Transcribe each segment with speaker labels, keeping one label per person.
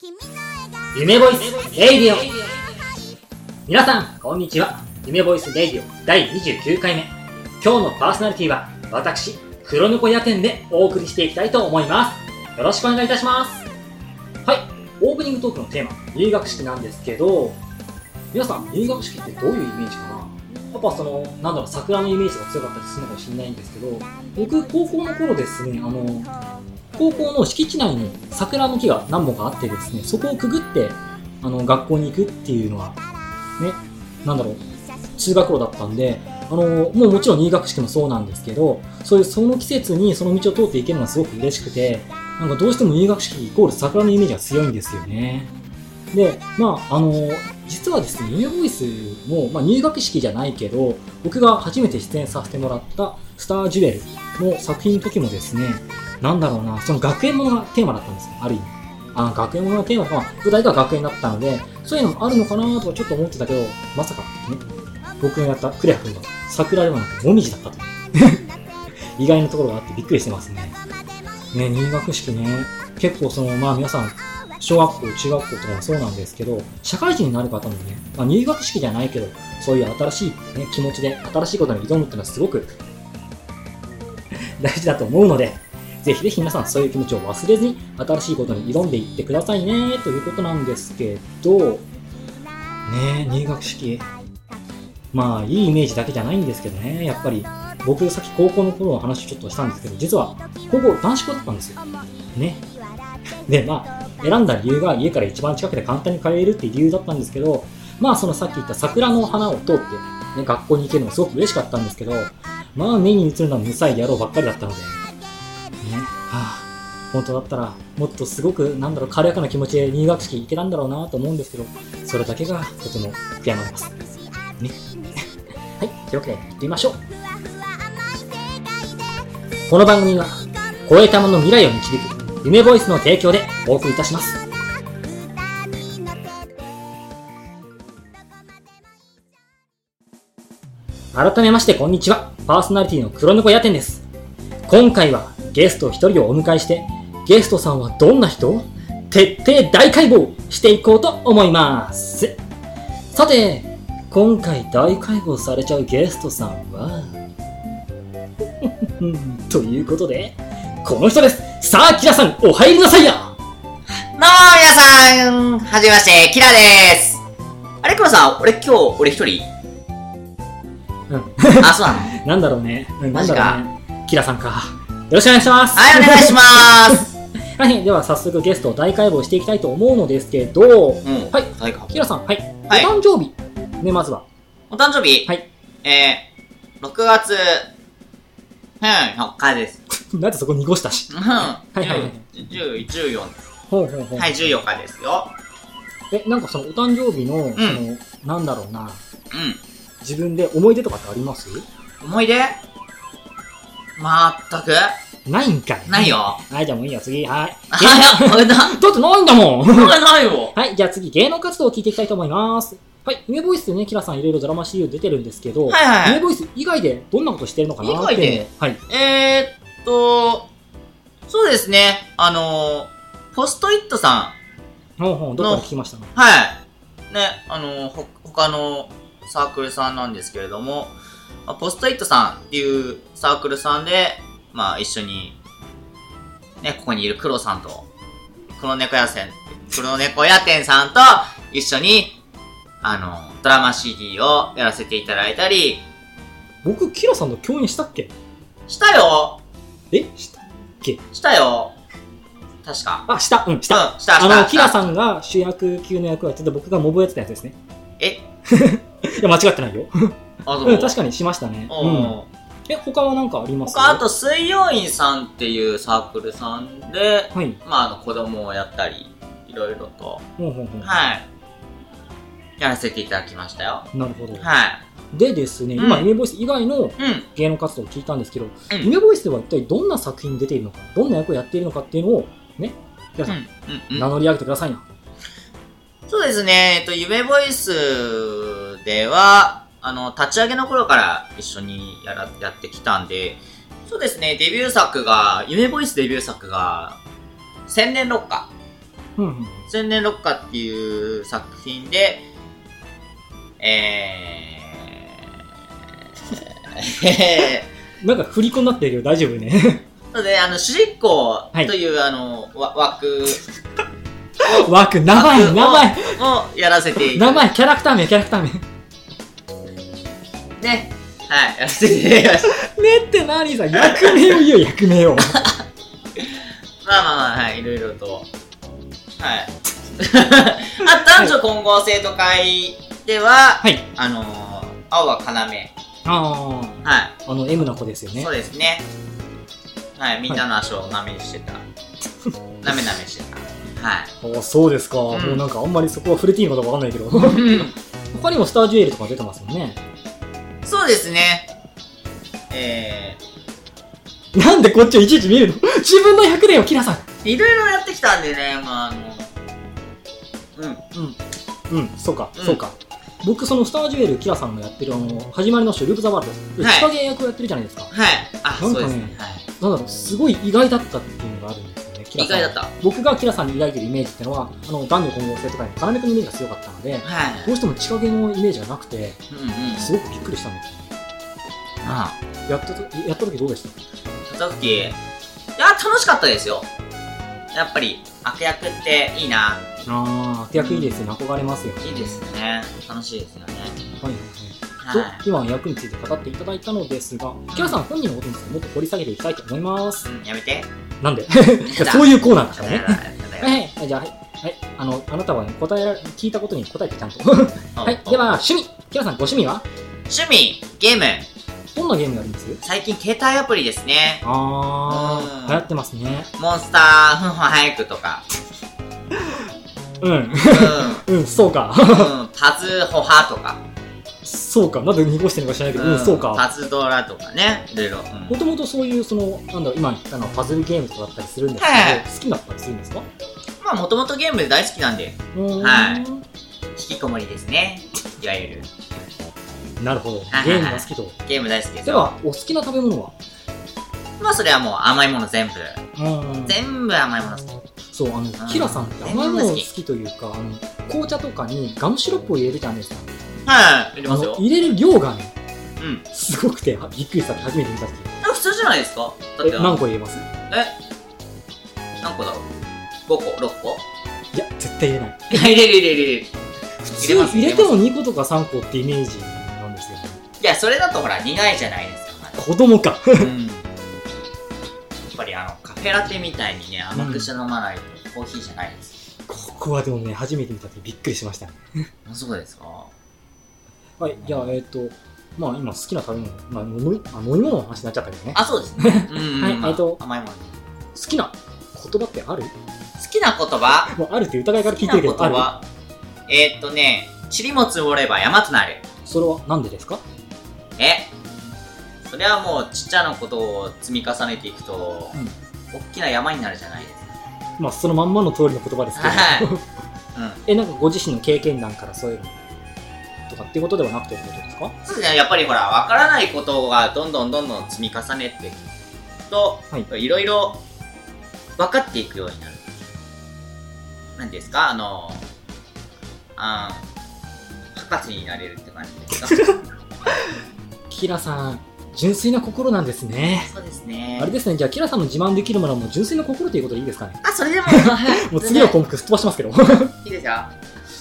Speaker 1: 君の笑顔
Speaker 2: 夢ボイスレイディオ皆さん、こんにちは。夢ボイスレイディオ第29回目。今日のパーソナリティは、私、黒猫夜店でお送りしていきたいと思います。よろしくお願いいたします。はい、オープニングトークのテーマ、入学式なんですけど、皆さん、入学式ってどういうイメージかなやっぱその、なんだろう、桜のイメージが強かったりするのかもしれないんですけど、僕、高校の頃ですね、あの、高校の敷地内に桜の木が何本かあってですね、そこをくぐって、あの、学校に行くっていうのは、ね、なんだろう、通学路だったんで、あの、もうもちろん入学式もそうなんですけど、そういうその季節にその道を通っていけるのがすごく嬉しくて、なんかどうしても入学式イコール桜のイメージが強いんですよね。で、まあ、あの、実はですね、ユニボイスも、まあ、入学式じゃないけど、僕が初めて出演させてもらった、スタージュエルの作品の時もですね、なんだろうな、その学園ものがテーマだったんですよ、ある意味。あ学園ものがテーマが、舞台が学園だったので、そういうのもあるのかなとかちょっと思ってたけど、まさかね、僕のやったクレア君が桜ではなくもみじだったと。意外なところがあってびっくりしてますね。ね、入学式ね、結構その、まあ皆さん、小学校、中学校とかもそうなんですけど、社会人になる方もね、まあ、入学式じゃないけど、そういう新しい、ね、気持ちで新しいことに挑むっていうのはすごく 大事だと思うので、ぜひぜひ皆さんそういう気持ちを忘れずに新しいことに挑んでいってくださいねということなんですけどねえ入学式まあいいイメージだけじゃないんですけどねやっぱり僕さっき高校の頃の話をちょっとしたんですけど実は高校男子校だったんですよねでまあ選んだ理由が家から一番近くで簡単に通えるっていう理由だったんですけどまあそのさっき言った桜の花を通って、ね、学校に行けるのがすごく嬉しかったんですけどまあ目に映るのは無才野郎ばっかりだったのでね、はあ、本当だったら、もっとすごく、なんだろう、軽やかな気持ちで入学式行けたんだろうなと思うんですけど、それだけがとても悔やまれます。ね。 はい、というわけで、行ってみましょう。この番組は、超えたもの未来を導く、夢ボイスの提供でお送りいたします。改めまして、こんにちは。パーソナリティの黒猫屋店です。今回はゲスト一人をお迎えしてゲストさんはどんな人徹底大解剖していこうと思いますさて今回大解剖されちゃうゲストさんは ということでこの人ですさあキラさんお入りなさいや
Speaker 3: どうも皆さん、はじめまして、キラです。あれ、クマさん、俺今日、俺一人
Speaker 2: うん
Speaker 3: あ、そうなのは
Speaker 2: なんだろうねうんな
Speaker 3: マ
Speaker 2: ん
Speaker 3: ジ
Speaker 2: だ
Speaker 3: か
Speaker 2: ろうねキラさんかよろしくお願いします
Speaker 3: い、お願いしま す。
Speaker 2: はいでは早速ゲストを大解剖していきたいと思うのですけど
Speaker 3: うん。
Speaker 2: はい。
Speaker 3: 誰か。
Speaker 2: キラさんはい、
Speaker 3: はい
Speaker 2: お誕生日ねまずは
Speaker 3: お誕生日
Speaker 2: はい。
Speaker 3: えー、6月、うん、4日です。
Speaker 2: なんでそこ濁したし
Speaker 3: うん。
Speaker 2: いはいはい
Speaker 3: 10、14。
Speaker 2: ほうほうほう
Speaker 3: はい、14日ですよ。
Speaker 2: え、なんかそのお誕生日の、その、なんだろうな、
Speaker 3: う
Speaker 2: 自分で思い出とかってあります
Speaker 3: ん。思い出まったく、
Speaker 2: ないんかい。
Speaker 3: ない。よ。
Speaker 2: はい、じゃあもういいよ、次。はい。
Speaker 3: あ、や、俺だ。
Speaker 2: だってないんだもん
Speaker 3: 俺ないよ。
Speaker 2: はい、じゃあ次、芸能活動を聞いていきたいと思います。はい、夢ボイスでね、キラさんいろいろドラマ CU 出てるんですけど、
Speaker 3: はいはい
Speaker 2: 夢ボイス以外でどんなことしてるのかなって。
Speaker 3: 以外で
Speaker 2: はい。
Speaker 3: えー、っと、そうですね。あのー、ポストイットさ
Speaker 2: ほうほう、どっかで聞きましたね。
Speaker 3: ん。はい。ね、あのー、ほ、他のサークルさんなんですけれども、まあポストイットさんっていうサークルさんで、まあ一緒に、ね、ここにいる黒さんと、黒猫屋店、黒猫屋店さんと一緒に、あのー、ドラマ CD をやらせていただいたり、
Speaker 2: 僕、キラさんと共演したっけ
Speaker 3: したよ
Speaker 2: えした
Speaker 3: したよ確か。
Speaker 2: あ、した。うん、した。
Speaker 3: うん、した、し
Speaker 2: あ
Speaker 3: た。
Speaker 2: の、キラ
Speaker 3: ん。
Speaker 2: さんが主役級の役をやってて、僕がモブやってたやつですね。
Speaker 3: え
Speaker 2: いや、間違ってないよ。、
Speaker 3: あ、そうう ん
Speaker 2: 確かにしましたね。
Speaker 3: う
Speaker 2: うん。
Speaker 3: ん。
Speaker 2: え、他は何かあります
Speaker 3: 他、あと、水曜院さんっていうサークルさんで、
Speaker 2: はい。
Speaker 3: まあ、あの、子供をやったり、いろいろと、
Speaker 2: ほうほうほう。
Speaker 3: はい。やらせていただきましたよ。
Speaker 2: なるほど。
Speaker 3: はい。
Speaker 2: でですね、
Speaker 3: うん
Speaker 2: 今、夢ボイス以外の
Speaker 3: うん。
Speaker 2: 芸能活動を聞いたんですけど、
Speaker 3: ん
Speaker 2: 夢ボイスでは一体どんな作品に出ているのか、どんな役をやっているのかっていうのを、ね、
Speaker 3: うん。うん。う
Speaker 2: 名乗り上げてくださいな。
Speaker 3: ん。そうですね、えっと、夢ボイスでは、あの、立ち上げの頃から一緒にやら、やってきたんで、そうですね、デビュー作が、夢ボイスデビュー作が、千年六花
Speaker 2: うんうん。
Speaker 3: 千年六花っていう作品で、えー、 えー
Speaker 2: なんか振り子になってるよ、大丈夫ね。
Speaker 3: なので、あの、主人公
Speaker 2: はい
Speaker 3: という、あの、わ枠
Speaker 2: 枠、名前、名
Speaker 3: 枠を
Speaker 2: 前、
Speaker 3: をやらせてい
Speaker 2: 名前、キャラクター名、キャラクター名。ね
Speaker 3: ね。はい、や らせていただきました。
Speaker 2: って何さ、役名を言う、役名 を。
Speaker 3: まあまあまあ、はい、いろいろと。はい。 あ、男女混合生徒会では、
Speaker 2: はい。
Speaker 3: あのー、青は要。はい。
Speaker 2: ああ、あの、M の子ですよね
Speaker 3: そう。ですね。はい、みんなの足をなめにしてた。なめなめしてた。はい。
Speaker 2: ああ、そうですか。
Speaker 3: ん
Speaker 2: もうなんかあんまりそこは触れていいのかわかんないけど。 他にもスタージュエルとか出てますもんね。
Speaker 3: そうですね。え
Speaker 2: なんでこっちをいちいち見るの自分の100年をキラさん。
Speaker 3: ー、いろいろやってきたんでね、まあ、あの、うん。
Speaker 2: うん、そうか、
Speaker 3: うん
Speaker 2: そうか。僕、そのスタージュエル、キラさんがやってる、あの、始まりの週、ループ・ザ・ワールド。
Speaker 3: はい
Speaker 2: 仕掛け役をやってるじゃないですか。
Speaker 3: はい。あ、
Speaker 2: なん
Speaker 3: そう
Speaker 2: かね
Speaker 3: ですね。はい。
Speaker 2: なんだろう、すごい意外だったっていうのがあるんですよね、キラ
Speaker 3: 意
Speaker 2: さん。
Speaker 3: 外だった。はい。
Speaker 2: 僕がキラさんに抱いてるイメージってのは、あの、男女混合性とかに、要君のイメージが強かったので、どうしても仕掛けのイメージがなくて、
Speaker 3: うんうん。
Speaker 2: すごくびっくりしたんです
Speaker 3: あ
Speaker 2: よ。やったと、やった時どうでした
Speaker 3: あ。た時、いや、楽しかったですよ。やっぱり、悪役っていいな。
Speaker 2: ああ、手役いいですよね、憧れますよね。
Speaker 3: いいですね。楽しいですよね。
Speaker 2: はいはい
Speaker 3: は
Speaker 2: はい
Speaker 3: い。
Speaker 2: と、今役について語っていただいたのですが、キラさん本人のことについてもっと掘り下げていきたいと思います。
Speaker 3: うん、やめて。
Speaker 2: なんで いやそういうコーナーだから
Speaker 3: や
Speaker 2: ね。
Speaker 3: だやだやだ
Speaker 2: は
Speaker 3: や
Speaker 2: いはい、じゃあ、はい、はい、あの、あなたは、ね、答えられ、聞いたことに答えてちゃんと。
Speaker 3: だ
Speaker 2: はい、では、趣味。キラさん、ご趣味は
Speaker 3: 趣味、ゲーム。
Speaker 2: どんなゲームやるんです
Speaker 3: 最近携帯アプリですね。
Speaker 2: あ
Speaker 3: うん
Speaker 2: ー、流行ってますね。
Speaker 3: モンスター、ふんふん早くとか。
Speaker 2: うん、
Speaker 3: う
Speaker 2: うん、そうか。
Speaker 3: ん。うん。パズホハとか。
Speaker 2: そうか。なんで濁してるのか知らないけど、うん、そうか。
Speaker 3: パズドラとかね。いろいろ。うん
Speaker 2: もともとそういう、その、なんだろう、今言ったのはパズルゲームとかだったりするんです
Speaker 3: はい
Speaker 2: けど、好きだったりするんですか
Speaker 3: まあ、もともとゲーム大好きなんで、は
Speaker 2: は
Speaker 3: 引きこもりですね。いわゆる。
Speaker 2: い。なるほど
Speaker 3: はい。
Speaker 2: ゲームが好きと。
Speaker 3: ゲーム大好きです
Speaker 2: で
Speaker 3: よ。
Speaker 2: は、お好きな食べ物は
Speaker 3: まあ、それはもう甘いもの全部。
Speaker 2: うん
Speaker 3: 全部甘いもの好き。
Speaker 2: そう、あの、キラさんって甘いもの好きというか、あの、紅茶とかにガムシロップを入れるじゃないですか。
Speaker 3: はい。入れ
Speaker 2: あ
Speaker 3: ますよ
Speaker 2: の、。入れる量がね、
Speaker 3: うん。
Speaker 2: すごくて、あびっくりした。初めて見た時。
Speaker 3: あ普通じゃないですかだっ
Speaker 2: え、
Speaker 3: てあの
Speaker 2: 何個入れます
Speaker 3: え何個だろう ?5 個 ?6 個
Speaker 2: いや、絶対入れない。
Speaker 3: 入れる入れる入れる。
Speaker 2: 普
Speaker 3: 入れ
Speaker 2: 通
Speaker 3: ます
Speaker 2: 入れても2個とか3個ってイメージなんですよね。
Speaker 3: いや、それだとほら、苦いじゃないですか。まだ
Speaker 2: 子供か。
Speaker 3: やっぱりあのカフェラテみたいにね甘くして飲まないとコーヒーじゃないです、
Speaker 2: ここはでもね、初めて見た時びっくりしました。
Speaker 3: うそうですか
Speaker 2: はい、じゃあ、えっ、と、まあ今好きな食べ物、まあ飲みあ飲み物の話になっちゃったけどね。
Speaker 3: あそうですねうんうん、
Speaker 2: はい
Speaker 3: まあ
Speaker 2: えっと
Speaker 3: 甘いものね
Speaker 2: 好きな言葉ってある
Speaker 3: 好きな言葉
Speaker 2: もうあるって疑いから聞
Speaker 3: 好き
Speaker 2: い
Speaker 3: な
Speaker 2: てるけ
Speaker 3: 言
Speaker 2: ど、ある
Speaker 3: 葉えーっとね塵も積もれば山となる
Speaker 2: それはなんでですか
Speaker 3: えそれはもうちっちゃなことを積み重ねていくと、
Speaker 2: うん
Speaker 3: 大きな山になるじゃないですか
Speaker 2: まあそのまんまの通りの言葉ですけど、
Speaker 3: はい、うん、
Speaker 2: え、なんかご自身の経験談からそういうのとかっていうことではなくてってことですか
Speaker 3: そうですねやっぱりほらわからないことがどんどんどんどん積み重ねていくと、い、ろいろ分かっていくようになる何ですかあのあー博士になれるって感じですか
Speaker 2: キラさん、純粋な心なんですね。
Speaker 3: そうですね
Speaker 2: あれですね、じゃあキラさんの自慢できるものはもう純粋な心ということでいいですかね
Speaker 3: あそれでもはい
Speaker 2: もう次の項目吹っ飛ばしますけど。
Speaker 3: いいですよ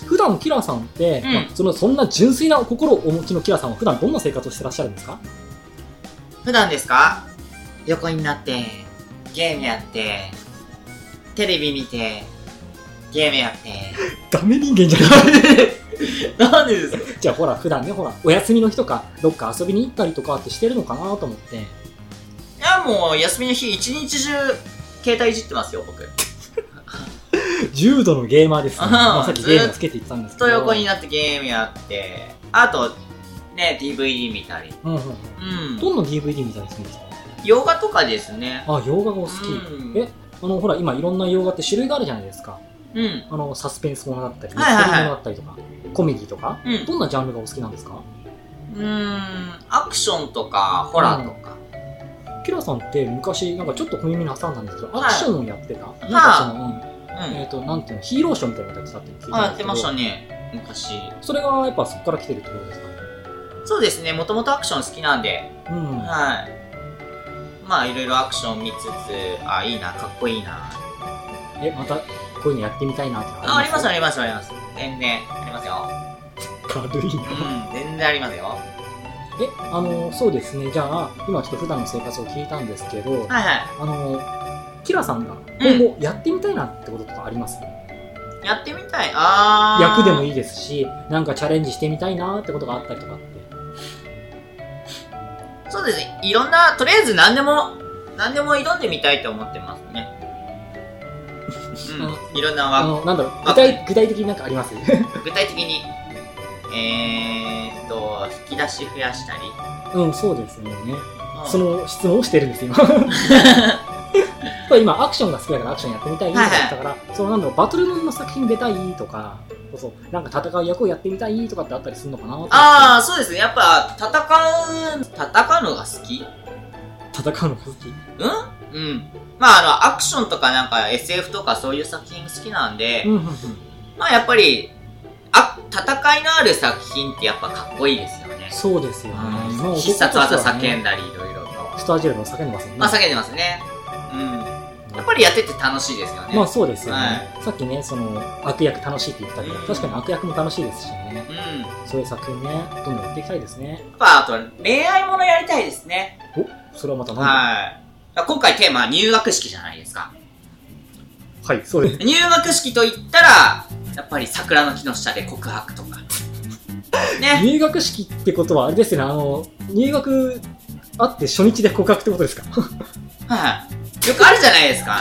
Speaker 2: 普段キラさんって、
Speaker 3: うん
Speaker 2: まあそのそんな純粋な心をお持ちのキラさんは普段どんな生活をしてらっしゃるんですか
Speaker 3: 普段ですか横になってゲームやってテレビ見てゲームやって
Speaker 2: ダメ人間じゃない
Speaker 3: なんでですか
Speaker 2: じゃあほら普段ねほらお休みの日とかどっか遊びに行ったりとかってしてるのかなと思って
Speaker 3: いや、もう、休みの日、一日中、携帯いじってますよ、僕。
Speaker 2: 重度のゲーマーですね、
Speaker 3: あは
Speaker 2: まあ、さっきゲームつけて言ってたんです
Speaker 3: ずっ
Speaker 2: けど
Speaker 3: と横になってゲームやって、あと、ね、DVD 見たり。
Speaker 2: うんうんうん
Speaker 3: うん。
Speaker 2: どんな DVD みたいにするんですか
Speaker 3: 洋画とかですね。
Speaker 2: あ洋画がお好き、
Speaker 3: うん
Speaker 2: えあのほら今いろんな洋画って種類があるじゃないですか
Speaker 3: うん。
Speaker 2: あのサスペンスものだったりミステ
Speaker 3: はい
Speaker 2: リ
Speaker 3: はいは
Speaker 2: ーもの
Speaker 3: い
Speaker 2: だったりとか、コメディとか
Speaker 3: うん。
Speaker 2: どんなジャンルがお好きなんですか
Speaker 3: うーん。アクションとか、ホラーとか。
Speaker 2: キラさんって昔なんかちょっと小耳に挟んだんですけど、
Speaker 3: はい
Speaker 2: アクションをやってた、
Speaker 3: い
Speaker 2: なんかその、うん
Speaker 3: うん。うん
Speaker 2: えっ、と、なんていうの、ヒーローショーみたいな形だって聞いたんですけど
Speaker 3: あ、やってましたね。昔。
Speaker 2: それがやっぱそこから来てるってことですかね。
Speaker 3: そうですね、もともとアクション好きなんで、
Speaker 2: うん。
Speaker 3: はい。まあ、いろいろアクション見つつ、あ、いいな、かっこいいな。
Speaker 2: え、また、こういうのやってみたいなっての
Speaker 3: あ、あります、あります、あります。全然、ありますよ。
Speaker 2: 軽いな。
Speaker 3: うん、全然ありますよ。はい
Speaker 2: え、あの、そうですね。じゃあ、今ちょっと普段の生活を聞いたんですけど、
Speaker 3: は
Speaker 2: あの、キラさんが今後やってみたいなってこととかあります、
Speaker 3: い。やってみたい。あー。
Speaker 2: 役でも
Speaker 3: い。
Speaker 2: いいですし、なんかチャレンジしてみたいなってことがあったりとかって。
Speaker 3: そうですね。いろんな、とりあえず何でも、何でも挑んでみたいと思ってますね。うん、いろんな
Speaker 2: あ
Speaker 3: 枠
Speaker 2: の、なんだろう、具
Speaker 3: あ
Speaker 2: 体、具体的になんかあります
Speaker 3: 具体的に、えーっと、引き出し増やしたり。
Speaker 2: うん、そうですね。
Speaker 3: うん
Speaker 2: その質問をしてるんです、今。 やっぱ今、アクションが好きだからアクションやってみたいとか言ったから、そのなんだろう、バトルものの作品出たいとか、そうそう、なんか戦う役をやってみたいとかってあったりするのかなと思って
Speaker 3: ああ、そうですね。やっぱ、戦う、戦うのが好き
Speaker 2: 戦うのが好き。
Speaker 3: うんうん。まあ、あの、アクションとかなんか SF とかそういう作品好きなんで、
Speaker 2: うんうんうん
Speaker 3: まあ、やっぱり、あ、戦いのある作品ってやっぱかっこいいですよね。
Speaker 2: そうですよね。今
Speaker 3: 必殺技叫ん
Speaker 2: だ。
Speaker 3: だり、いろいろと。
Speaker 2: スタジオでも叫んでますよね。
Speaker 3: まあ、叫んでますね。うん。やっぱりやってて楽しいですよね。
Speaker 2: まあそうですよね、
Speaker 3: は
Speaker 2: さっきね、その、悪役楽しいって言ったけど、
Speaker 3: うん
Speaker 2: 確かに悪役も楽しいですしね。
Speaker 3: うん。や
Speaker 2: そういう作品ね、どんどんやっていきたいですね。
Speaker 3: っぱ、あと、恋愛ものやりたいですね。
Speaker 2: おそれはまた何だ
Speaker 3: はい。今回テーマは入学式じゃないですか。
Speaker 2: はい、そう です。
Speaker 3: 入学式と言ったら、やっぱり桜の木の下で告白 とか。ね。
Speaker 2: 入学式ってことは、あれですよね、あの、入学あって初日で告白ってことですか
Speaker 3: はい。よくあるじゃないですか。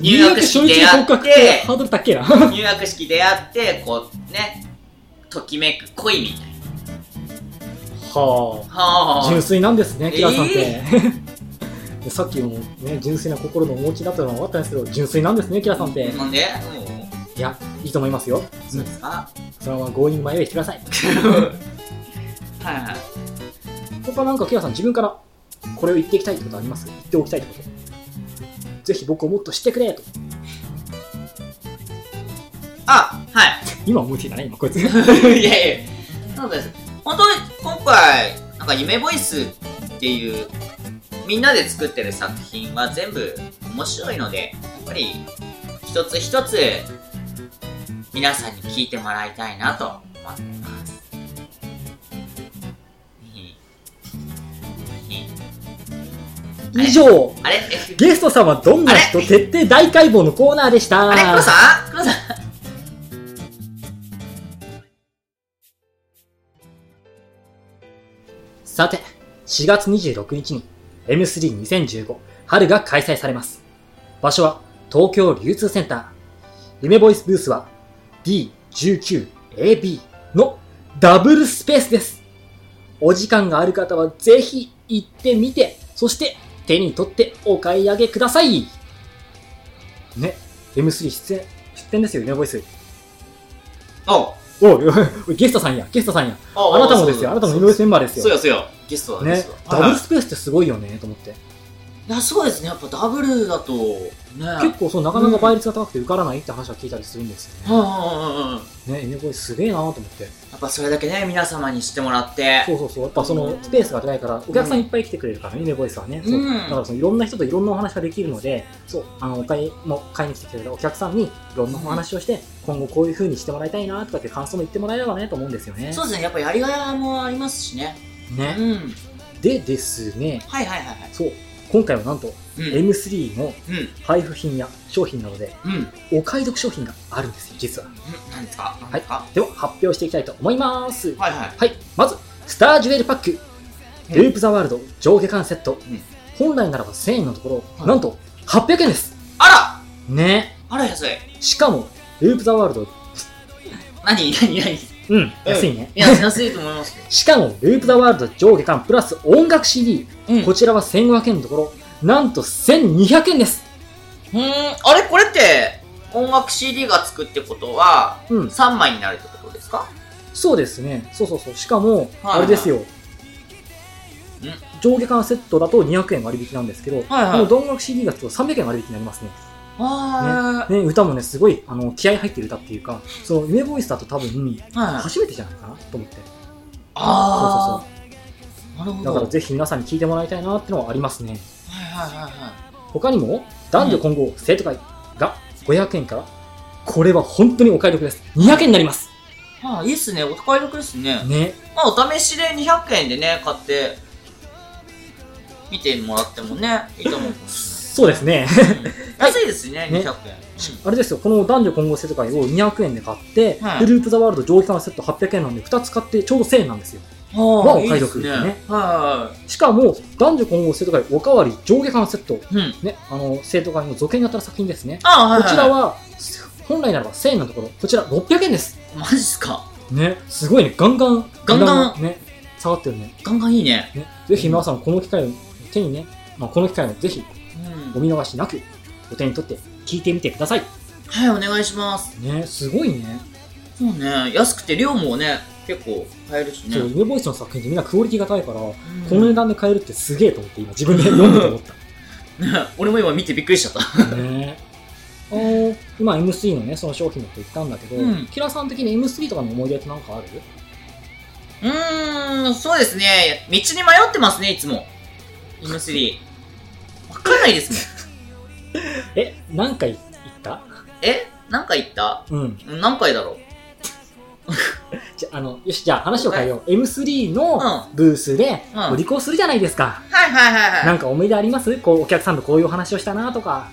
Speaker 2: 入学初日で告白っ
Speaker 3: 出会ってて
Speaker 2: ハードル高えな。
Speaker 3: 入学式出会って、こう、ね。ときめく恋みたい
Speaker 2: は
Speaker 3: な。
Speaker 2: あ、
Speaker 3: は
Speaker 2: 純粋なんですね、
Speaker 3: えー
Speaker 2: キラさんって。 でさっきもね、純粋な心のお持ちだったのは分かったんですけど、純粋なんですね、キラさんって。
Speaker 3: なんで
Speaker 2: いや、いいと思いますよ。
Speaker 3: うんそうですか
Speaker 2: そのまま強引に前へしてください。
Speaker 3: はいはい。
Speaker 2: やっぱなんか、キラさん、自分からこれを言っていきたいってことあります言っておきたいってこと。ぜひ僕をもっと知ってくれと。
Speaker 3: あ、はい。
Speaker 2: 今思いついたね、今こいつ。
Speaker 3: いやいや、そうです。本当に今回、なんか夢ボイスっていう、みんなで作ってる作品は全部面白いので、やっぱり一つ一つ皆さんに聞いてもらいたいなと思ってます。
Speaker 2: 以上、
Speaker 3: あれえ
Speaker 2: ゲスト様どんな人徹底大解剖のコーナーでした。
Speaker 3: あれ黒さん黒さん
Speaker 2: さて、4月26日に M32015 春が開催されます。場所は東京流通センター。夢ボイスブースは D19AB のダブルスペースです。お時間がある方はぜひ行ってみて、そして手に取ってお買い上げください。ね、M3 出演、出演ですよ、夢ボイス。
Speaker 3: おう
Speaker 2: おい、おいゲストさんや、ゲストさんや。
Speaker 3: おう
Speaker 2: あなたもですよ、あなたも夢ボイスメンバーです
Speaker 3: そう
Speaker 2: よ。
Speaker 3: よ、そうよ。ゲストだ、ゲ
Speaker 2: ね
Speaker 3: ス、トだ。
Speaker 2: ダブ
Speaker 3: はい
Speaker 2: ルスペースってすごいよね、と思って。
Speaker 3: いや、そうですね。やっぱダブルだと、ね。
Speaker 2: 結構そうなかなか倍率が高くて受からないって話は聞いたりするんですよね。
Speaker 3: うんうんうんうん。
Speaker 2: ね、犬声すげえなと思って。
Speaker 3: やっぱそれだけね、皆様に知ってもらって。
Speaker 2: そうそうそう。やっぱそのスペースが出ないから、お客さんいっぱい来てくれるからね、犬声さんはね。そう
Speaker 3: うん
Speaker 2: だからそのいろんな人といろんなお話ができるので、そう、あの、お買い、もう買いに来てくれたお客さんにいろんなお話をして、今後こういう風にしてもらいたいなとかって感想も言ってもらえればね、と思うんですよね。
Speaker 3: そうですね。やっぱやりがいもありますしね。う
Speaker 2: ね。
Speaker 3: ん。
Speaker 2: でですね、
Speaker 3: はいはいはいはい。
Speaker 2: そう、今回はなんと
Speaker 3: うん。
Speaker 2: M3 の
Speaker 3: うん。
Speaker 2: 配布品や商品などで、
Speaker 3: うん。うん。
Speaker 2: お買い得商品があるんですよ、実は。
Speaker 3: 何ですか何ですか
Speaker 2: では、発表していきたいと思います。
Speaker 3: はいはい。
Speaker 2: はい、まず、スタージュエルパック、
Speaker 3: うん
Speaker 2: ループザワールド上下巻セット、
Speaker 3: ん
Speaker 2: 本来ならば1000円のところ、
Speaker 3: はい
Speaker 2: なんと800円です。
Speaker 3: あ
Speaker 2: ね。
Speaker 3: らあら安い。
Speaker 2: しかも、ループザワールド、
Speaker 3: 何何何い
Speaker 2: うん、安いね。
Speaker 3: や、安いと思いますけ ど。
Speaker 2: しかも、ループザワールド上下巻プラス音楽 CD、
Speaker 3: うん
Speaker 2: こちらは1500円のところ、なんと1200円です。
Speaker 3: うーん。あれこれって、音楽 CD がつくってことは、
Speaker 2: うん、
Speaker 3: 3枚になるってことですか
Speaker 2: そうですね。そうそうそう。しかも、
Speaker 3: は
Speaker 2: あ
Speaker 3: い
Speaker 2: れですよ。上下巻セットだと200円割引なんですけど、
Speaker 3: はいはい
Speaker 2: この音楽 CD がつくと300円割引になりますね。
Speaker 3: あー、
Speaker 2: ね、歌もね、すごい、あの、気合入ってる歌っていうか、そう、夢ボイスだと多分、
Speaker 3: はい。
Speaker 2: 初めてじゃないかなと思って。
Speaker 3: あー、
Speaker 2: そうそう
Speaker 3: なる
Speaker 2: そ
Speaker 3: ほ
Speaker 2: う。
Speaker 3: ど。
Speaker 2: だからぜひ皆さんに聞いてもらいたいなってのはありますね。
Speaker 3: はいはいはいはい。
Speaker 2: 他にも、男女混合生徒会が500円から、これは本当にお買い得です。200円になります。
Speaker 3: ああ、いいっすね。お買い得ですね。
Speaker 2: ね。
Speaker 3: まあ、お試しで200円でね、買って、見てもらってもね、いいと思うかもし
Speaker 2: そうですね。
Speaker 3: れない。うん安いですね、200
Speaker 2: ね
Speaker 3: 円。
Speaker 2: あれですよ、この男女混合生徒会を200円で買って、
Speaker 3: はい
Speaker 2: でループザワールド上下のセット800円なんで、2つ買ってちょうど1000円なんですよ。
Speaker 3: うん
Speaker 2: まあ
Speaker 3: いい
Speaker 2: お買い得ですね
Speaker 3: っは
Speaker 2: しかも、男女混合生徒会おかわり上下巻セット、
Speaker 3: いはいはい。うん。
Speaker 2: ね、あの、生徒会の続編にあたる作品ですね。
Speaker 3: ああ、はい、はい。
Speaker 2: こちら、は、本来ならば1000円のところ、こちら600円です。
Speaker 3: マジっすか。
Speaker 2: ね、すごいね、ガンガン、
Speaker 3: ガンガン
Speaker 2: ね、下がってるね。
Speaker 3: ガンガンいいね。
Speaker 2: ね、ぜひ皆さんこの機会を手にね、まあ、この機会をぜひ
Speaker 3: う
Speaker 2: お
Speaker 3: ん。
Speaker 2: 見逃しなくお手に取って聞いてみてください。
Speaker 3: はい、お願いします。
Speaker 2: ね、すごいね。
Speaker 3: そうね、安くて量もね、結構買えるしね。
Speaker 2: そう、
Speaker 3: うん
Speaker 2: 夢ボイスの作品ってみんなクオリティが高いから、この値段で買えるってすげえと思って今自分で読んでて思っ
Speaker 3: ね俺も今見てびっくりしちゃった。
Speaker 2: た。ねあの今 M3 のね、その商品のこと言ったんだけど、
Speaker 3: うん
Speaker 2: キラさん的に M3 とかの思い出ってなんかある
Speaker 3: うーん、そうですね。道に迷ってますね、いつも。M3。わかんないですもん。
Speaker 2: え、何回言った
Speaker 3: え何回言った
Speaker 2: うん。
Speaker 3: うん何回だろう
Speaker 2: じゃ、あの、よし、じゃあ話を変えよう。M3 の
Speaker 3: う
Speaker 2: ブースで
Speaker 3: うん
Speaker 2: ご利口するじゃないですか。
Speaker 3: はいはいはい
Speaker 2: な
Speaker 3: はい。
Speaker 2: んか思い出ありますこう、お客さんとこういうお話をしたなとか。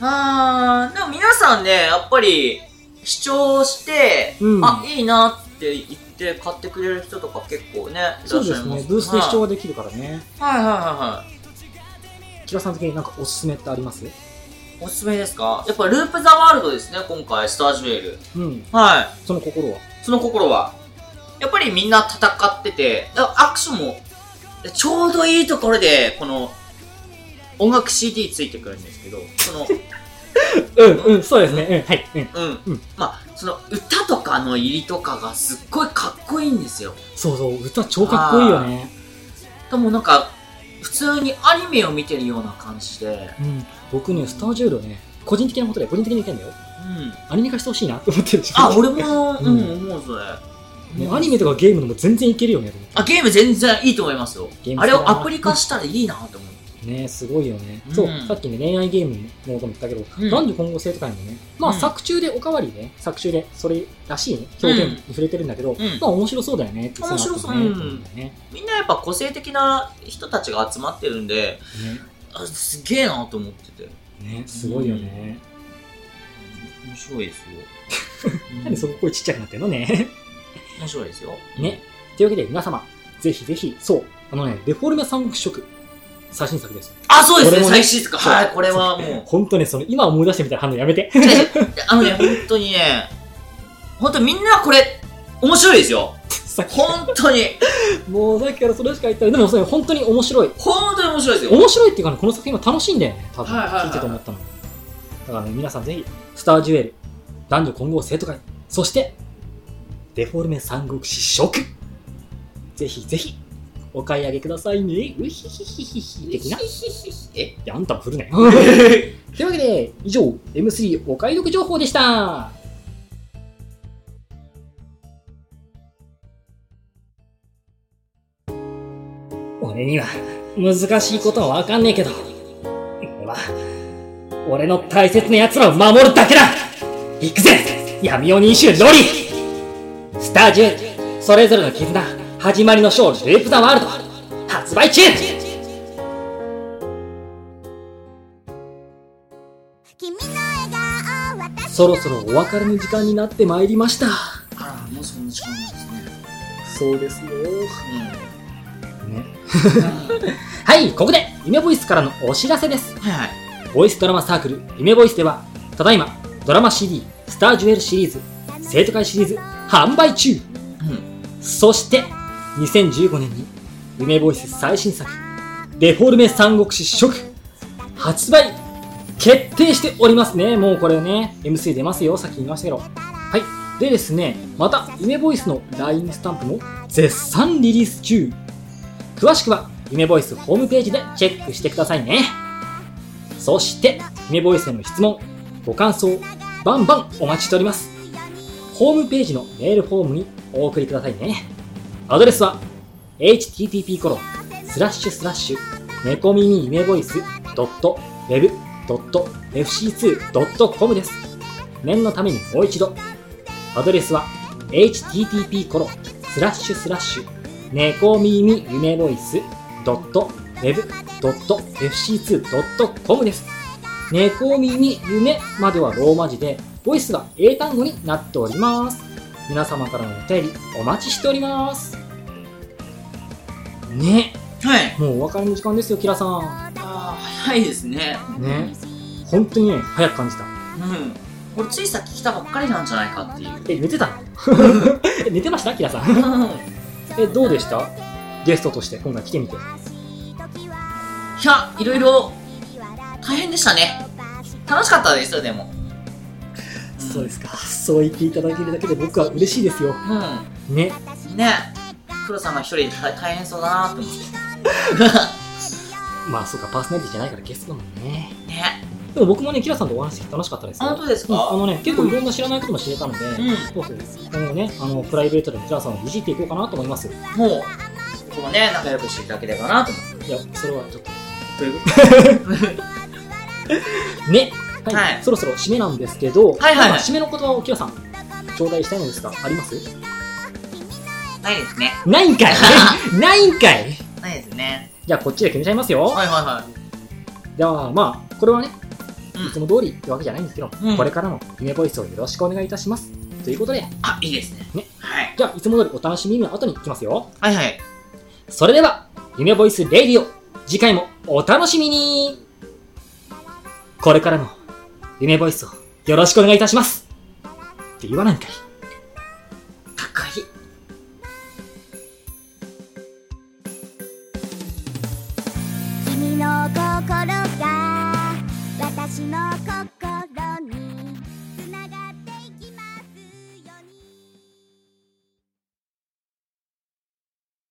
Speaker 3: あー、でも皆さんね、やっぱり、視聴して、
Speaker 2: うん
Speaker 3: あ、いいなって言って買ってくれる人とか結構ね、いらっしゃ
Speaker 2: そ
Speaker 3: いう
Speaker 2: で
Speaker 3: ますす
Speaker 2: ね。ブースで視聴
Speaker 3: はい
Speaker 2: ができるからね。
Speaker 3: はいはいはいはい。
Speaker 2: キラさん的になんかおすすめってあります
Speaker 3: おすすめですかやっぱループザワールドですね、今回、スタージュエル。
Speaker 2: うん。
Speaker 3: はい。
Speaker 2: その心は。
Speaker 3: その心は。やっぱりみんな戦ってて、あアクションも、ちょうどいいところで、この、音楽 CD ついてくるんですけど、その、
Speaker 2: うん、うん、そうですね。うん、はい。うん。
Speaker 3: う
Speaker 2: うんん。
Speaker 3: まあ、その歌とかの入りとかがすっごいかっこいいんですよ。
Speaker 2: そうそう、歌超かっこいいよね。
Speaker 3: でもなんか、普通にアニメを見てるような感じで、
Speaker 2: うん。僕ね、スタージュエルはね、個人的なことで、個人的な意見だよ。
Speaker 3: うん。
Speaker 2: アニメ化してほしいなって思ってる時
Speaker 3: あ、俺も、う
Speaker 2: うん
Speaker 3: ん、思うそれ。
Speaker 2: ねアニメとかゲームのも全然いけるよね、と思っ
Speaker 3: あ、ゲーム全然いいと思いますよ
Speaker 2: ゲー。ム
Speaker 3: あ
Speaker 2: 好き
Speaker 3: れ
Speaker 2: だな
Speaker 3: をアプリ化したらいいなと思う。
Speaker 2: て。ねすごいよね。
Speaker 3: うん
Speaker 2: そう、さっきね、恋愛ゲームのことも言ったけど、
Speaker 3: うん
Speaker 2: 男女混合生とかにもね、まあ
Speaker 3: うん
Speaker 2: 作中でおかわりね、作中でそれらしいね、表現に触れてるんだけど、
Speaker 3: ん
Speaker 2: まあ面白そうだよねっていのがあってね
Speaker 3: 面白そううん
Speaker 2: と思んだよね。
Speaker 3: みんなやっぱ個性的な人たちが集まってるんで、あすげえなと思ってて。
Speaker 2: ねねすごいよね。
Speaker 3: 面白いですよ。
Speaker 2: なんでそこ声ちっちゃくなってんのね。
Speaker 3: 面白いですよ。
Speaker 2: ね。というわけで皆様、ぜひぜひ、そう、あのね、デフォルメ三国志色、最新作ですよ。
Speaker 3: あ、そうです
Speaker 2: これ
Speaker 3: ね、
Speaker 2: もね
Speaker 3: 最新作。はい、これはもう。
Speaker 2: 本当ね、その、今思い出してみたいな反応やめて。
Speaker 3: あのね、本当にね、本当みんなこれ、面白いですよ。
Speaker 2: さっき
Speaker 3: 本当に。
Speaker 2: もうさっきからそれしか言ったら、でもそれ本当に面白い。
Speaker 3: 本当に面白いですよ。
Speaker 2: 面白いっていうかね、この作品は楽しいんだよね、多分。
Speaker 3: はいはいはい
Speaker 2: 聞いてて思ったの。だからね、皆さんぜひ、スタージュエル、男女混合生徒会、そして、デフォルメ三国志色。ぜひぜひ、お買い上げくださいね。うひひひひひ、的な。い
Speaker 3: え
Speaker 2: や、あんたも振る ね。というわけで、以上、M3 お買い得情報でした。俺には難しいことはわかんねえけど、俺は、俺の大切な奴らを守るだけだ行くぜ闇鬼一種ロリスタージュそれぞれの絆、始まりのショーループザワールド、発売中
Speaker 1: 君の笑顔私
Speaker 2: そろそろお別れの時間になってまいりました。
Speaker 3: あら、もうそんな時間なんですね。
Speaker 2: そうですよ。
Speaker 3: う
Speaker 2: ね。
Speaker 3: ん。は
Speaker 2: はい、ここで、夢ボイスからのお知らせです。
Speaker 3: いはい。
Speaker 2: ボイスドラマサークル、夢ボイスでは、ただいま、ドラマ CD、スタージュエルシリーズ、生徒会シリーズ、販売中
Speaker 3: うん。
Speaker 2: そして、2015年に、夢ボイス最新作、デフォルメ三国志色、発売、決定しておりますね。もうこれね、MC 出ますよ。さっき言いましたけど。はい。でですね、また、夢ボイスの LINE スタンプも絶賛リリース中。詳しくは、夢ボイスホームページでチェックしてくださいね。そして、姫ボイスへの質問、ご感想、バンバンお待ちしております。ホームページのメールフォームにお送りくださいね。アドレスは、http コロンスラッシュスラッシュ、ネコミミ夢ボイス .web.fc2.com です。念のためにもう一度。アドレスは、http コロンスラッシュスラッシュ、ネコミミ夢ボイス .web.fc2.com です。ネコミミ夢まではローマ字で、ボイスが英単語になっております。皆様からのお便りお待ちしております。ね。
Speaker 3: はい。
Speaker 2: もうお別れの時間ですよ、キラさん。
Speaker 3: あー早いですね。
Speaker 2: ね本当にね、早く感じた。
Speaker 3: うん。これついさっき来たばっかりなんじゃないかっていう。
Speaker 2: え、寝てたえ 寝てましたキラさん。
Speaker 3: い
Speaker 2: え、どうでしたゲストとして今回来てみて。
Speaker 3: や、いろいろ大変でしたね。楽しかったですよ、でも。
Speaker 2: そうですか。そう言っていただけるだけで僕は嬉しいですよ。
Speaker 3: う
Speaker 2: ね。
Speaker 3: ん。ね黒さんが一人で大大変そうだなって 思って。
Speaker 2: まあそうか、パーソナリティじゃないからゲストだもんね。
Speaker 3: ね
Speaker 2: でも僕もね、キラさんとお話しできて楽しかったですよ。
Speaker 3: 本当です
Speaker 2: うん
Speaker 3: か
Speaker 2: あのね、結構いろんな知らないことも知れたので、
Speaker 3: う
Speaker 2: そうそう。今後ね、あの、プライベートでもキラさんをいじっていこうかなと思います。い
Speaker 3: ん。もう、ここもね、仲良くしていただければなと思って。
Speaker 2: や、それはちょっと。
Speaker 3: というこ
Speaker 2: ね。はい、
Speaker 3: はい
Speaker 2: そろそろ締めなんですけど、
Speaker 3: はいはいはい
Speaker 2: なんか締めの言葉をキラさん、頂戴したいのですが、あります
Speaker 3: とないですね。
Speaker 2: ないんか いないんかい
Speaker 3: ないですね。
Speaker 2: じゃあこっちで決めちゃいますよ。
Speaker 3: はいはいはい。
Speaker 2: ではまあ、これはね、
Speaker 3: うん
Speaker 2: いつも通りってわけじゃないんですけど、
Speaker 3: うん
Speaker 2: これからの夢ボイスをよろしくお願いいたします。ということで、
Speaker 3: あ、いいですね。
Speaker 2: ね
Speaker 3: はい。
Speaker 2: じゃあいつも通りお楽しみの後に行きますよ。
Speaker 3: はいはい。
Speaker 2: それでは、夢ボイスレイディオ、次回もお楽しみにこれからの夢ボイスをよろしくお願いいたしますって言わないんかい